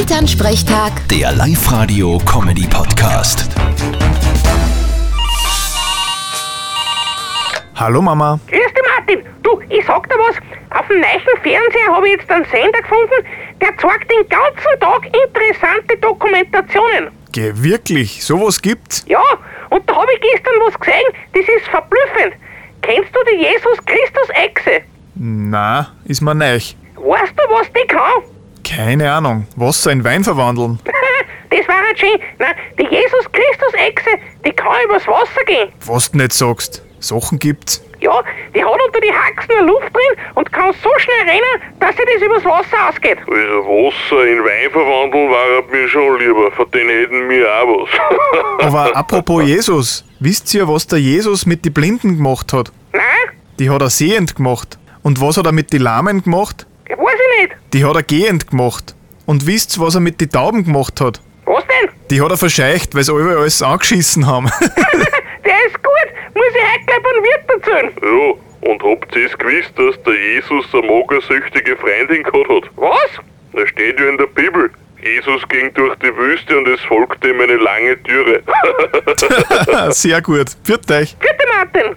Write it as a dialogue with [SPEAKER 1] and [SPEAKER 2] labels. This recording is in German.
[SPEAKER 1] Elternsprechtag,
[SPEAKER 2] Der Live-Radio-Comedy-Podcast.
[SPEAKER 3] Hallo Mama.
[SPEAKER 4] Grüß dich, Martin. Du, ich sag dir was. Auf dem neuen Fernseher habe ich jetzt einen Sender gefunden, der zeigt den ganzen Tag interessante Dokumentationen.
[SPEAKER 3] Geh, wirklich, sowas gibt's?
[SPEAKER 4] Ja, und da habe ich gestern was gesehen, das ist verblüffend. Kennst du die Jesus-Christus-Echse?
[SPEAKER 3] Na, ist mir neu.
[SPEAKER 4] Weißt du, was die kann?
[SPEAKER 3] Keine Ahnung. Wasser in Wein verwandeln.
[SPEAKER 4] das war halt schön. Nein, die Jesus-Christus-Echse, die kann übers Wasser gehen.
[SPEAKER 3] Was du nicht sagst. Sachen gibt's.
[SPEAKER 4] Ja, die hat unter die Haxen eine Luft drin und kann so schnell rennen, dass sie das übers Wasser ausgeht.
[SPEAKER 5] Also Wasser in Wein verwandeln war mir schon lieber, von denen hätten wir auch was.
[SPEAKER 3] Aber apropos Jesus. Wisst ihr, was der Jesus mit die Blinden gemacht hat?
[SPEAKER 4] Nein,
[SPEAKER 3] Die hat er sehend gemacht. Und was hat er mit die Lahmen gemacht?
[SPEAKER 4] weiß ich nicht.
[SPEAKER 3] Die hat er gehend gemacht. Und wisst ihr, was er mit die Tauben gemacht hat?
[SPEAKER 4] Was denn?
[SPEAKER 3] Die hat er verscheucht, weil sie alle alles angeschissen haben.
[SPEAKER 4] Der ist gut, muss ich heute gleich beim Wirt erzählen.
[SPEAKER 5] ja, und habt ihr es gewusst, dass der Jesus eine magersüchtige Freundin gehabt hat?
[SPEAKER 4] Was?
[SPEAKER 5] Da steht ja in der Bibel. Jesus ging durch die Wüste und es folgte ihm eine lange Türe.
[SPEAKER 3] Sehr gut. Pfiat euch.
[SPEAKER 4] Bitte, Martin.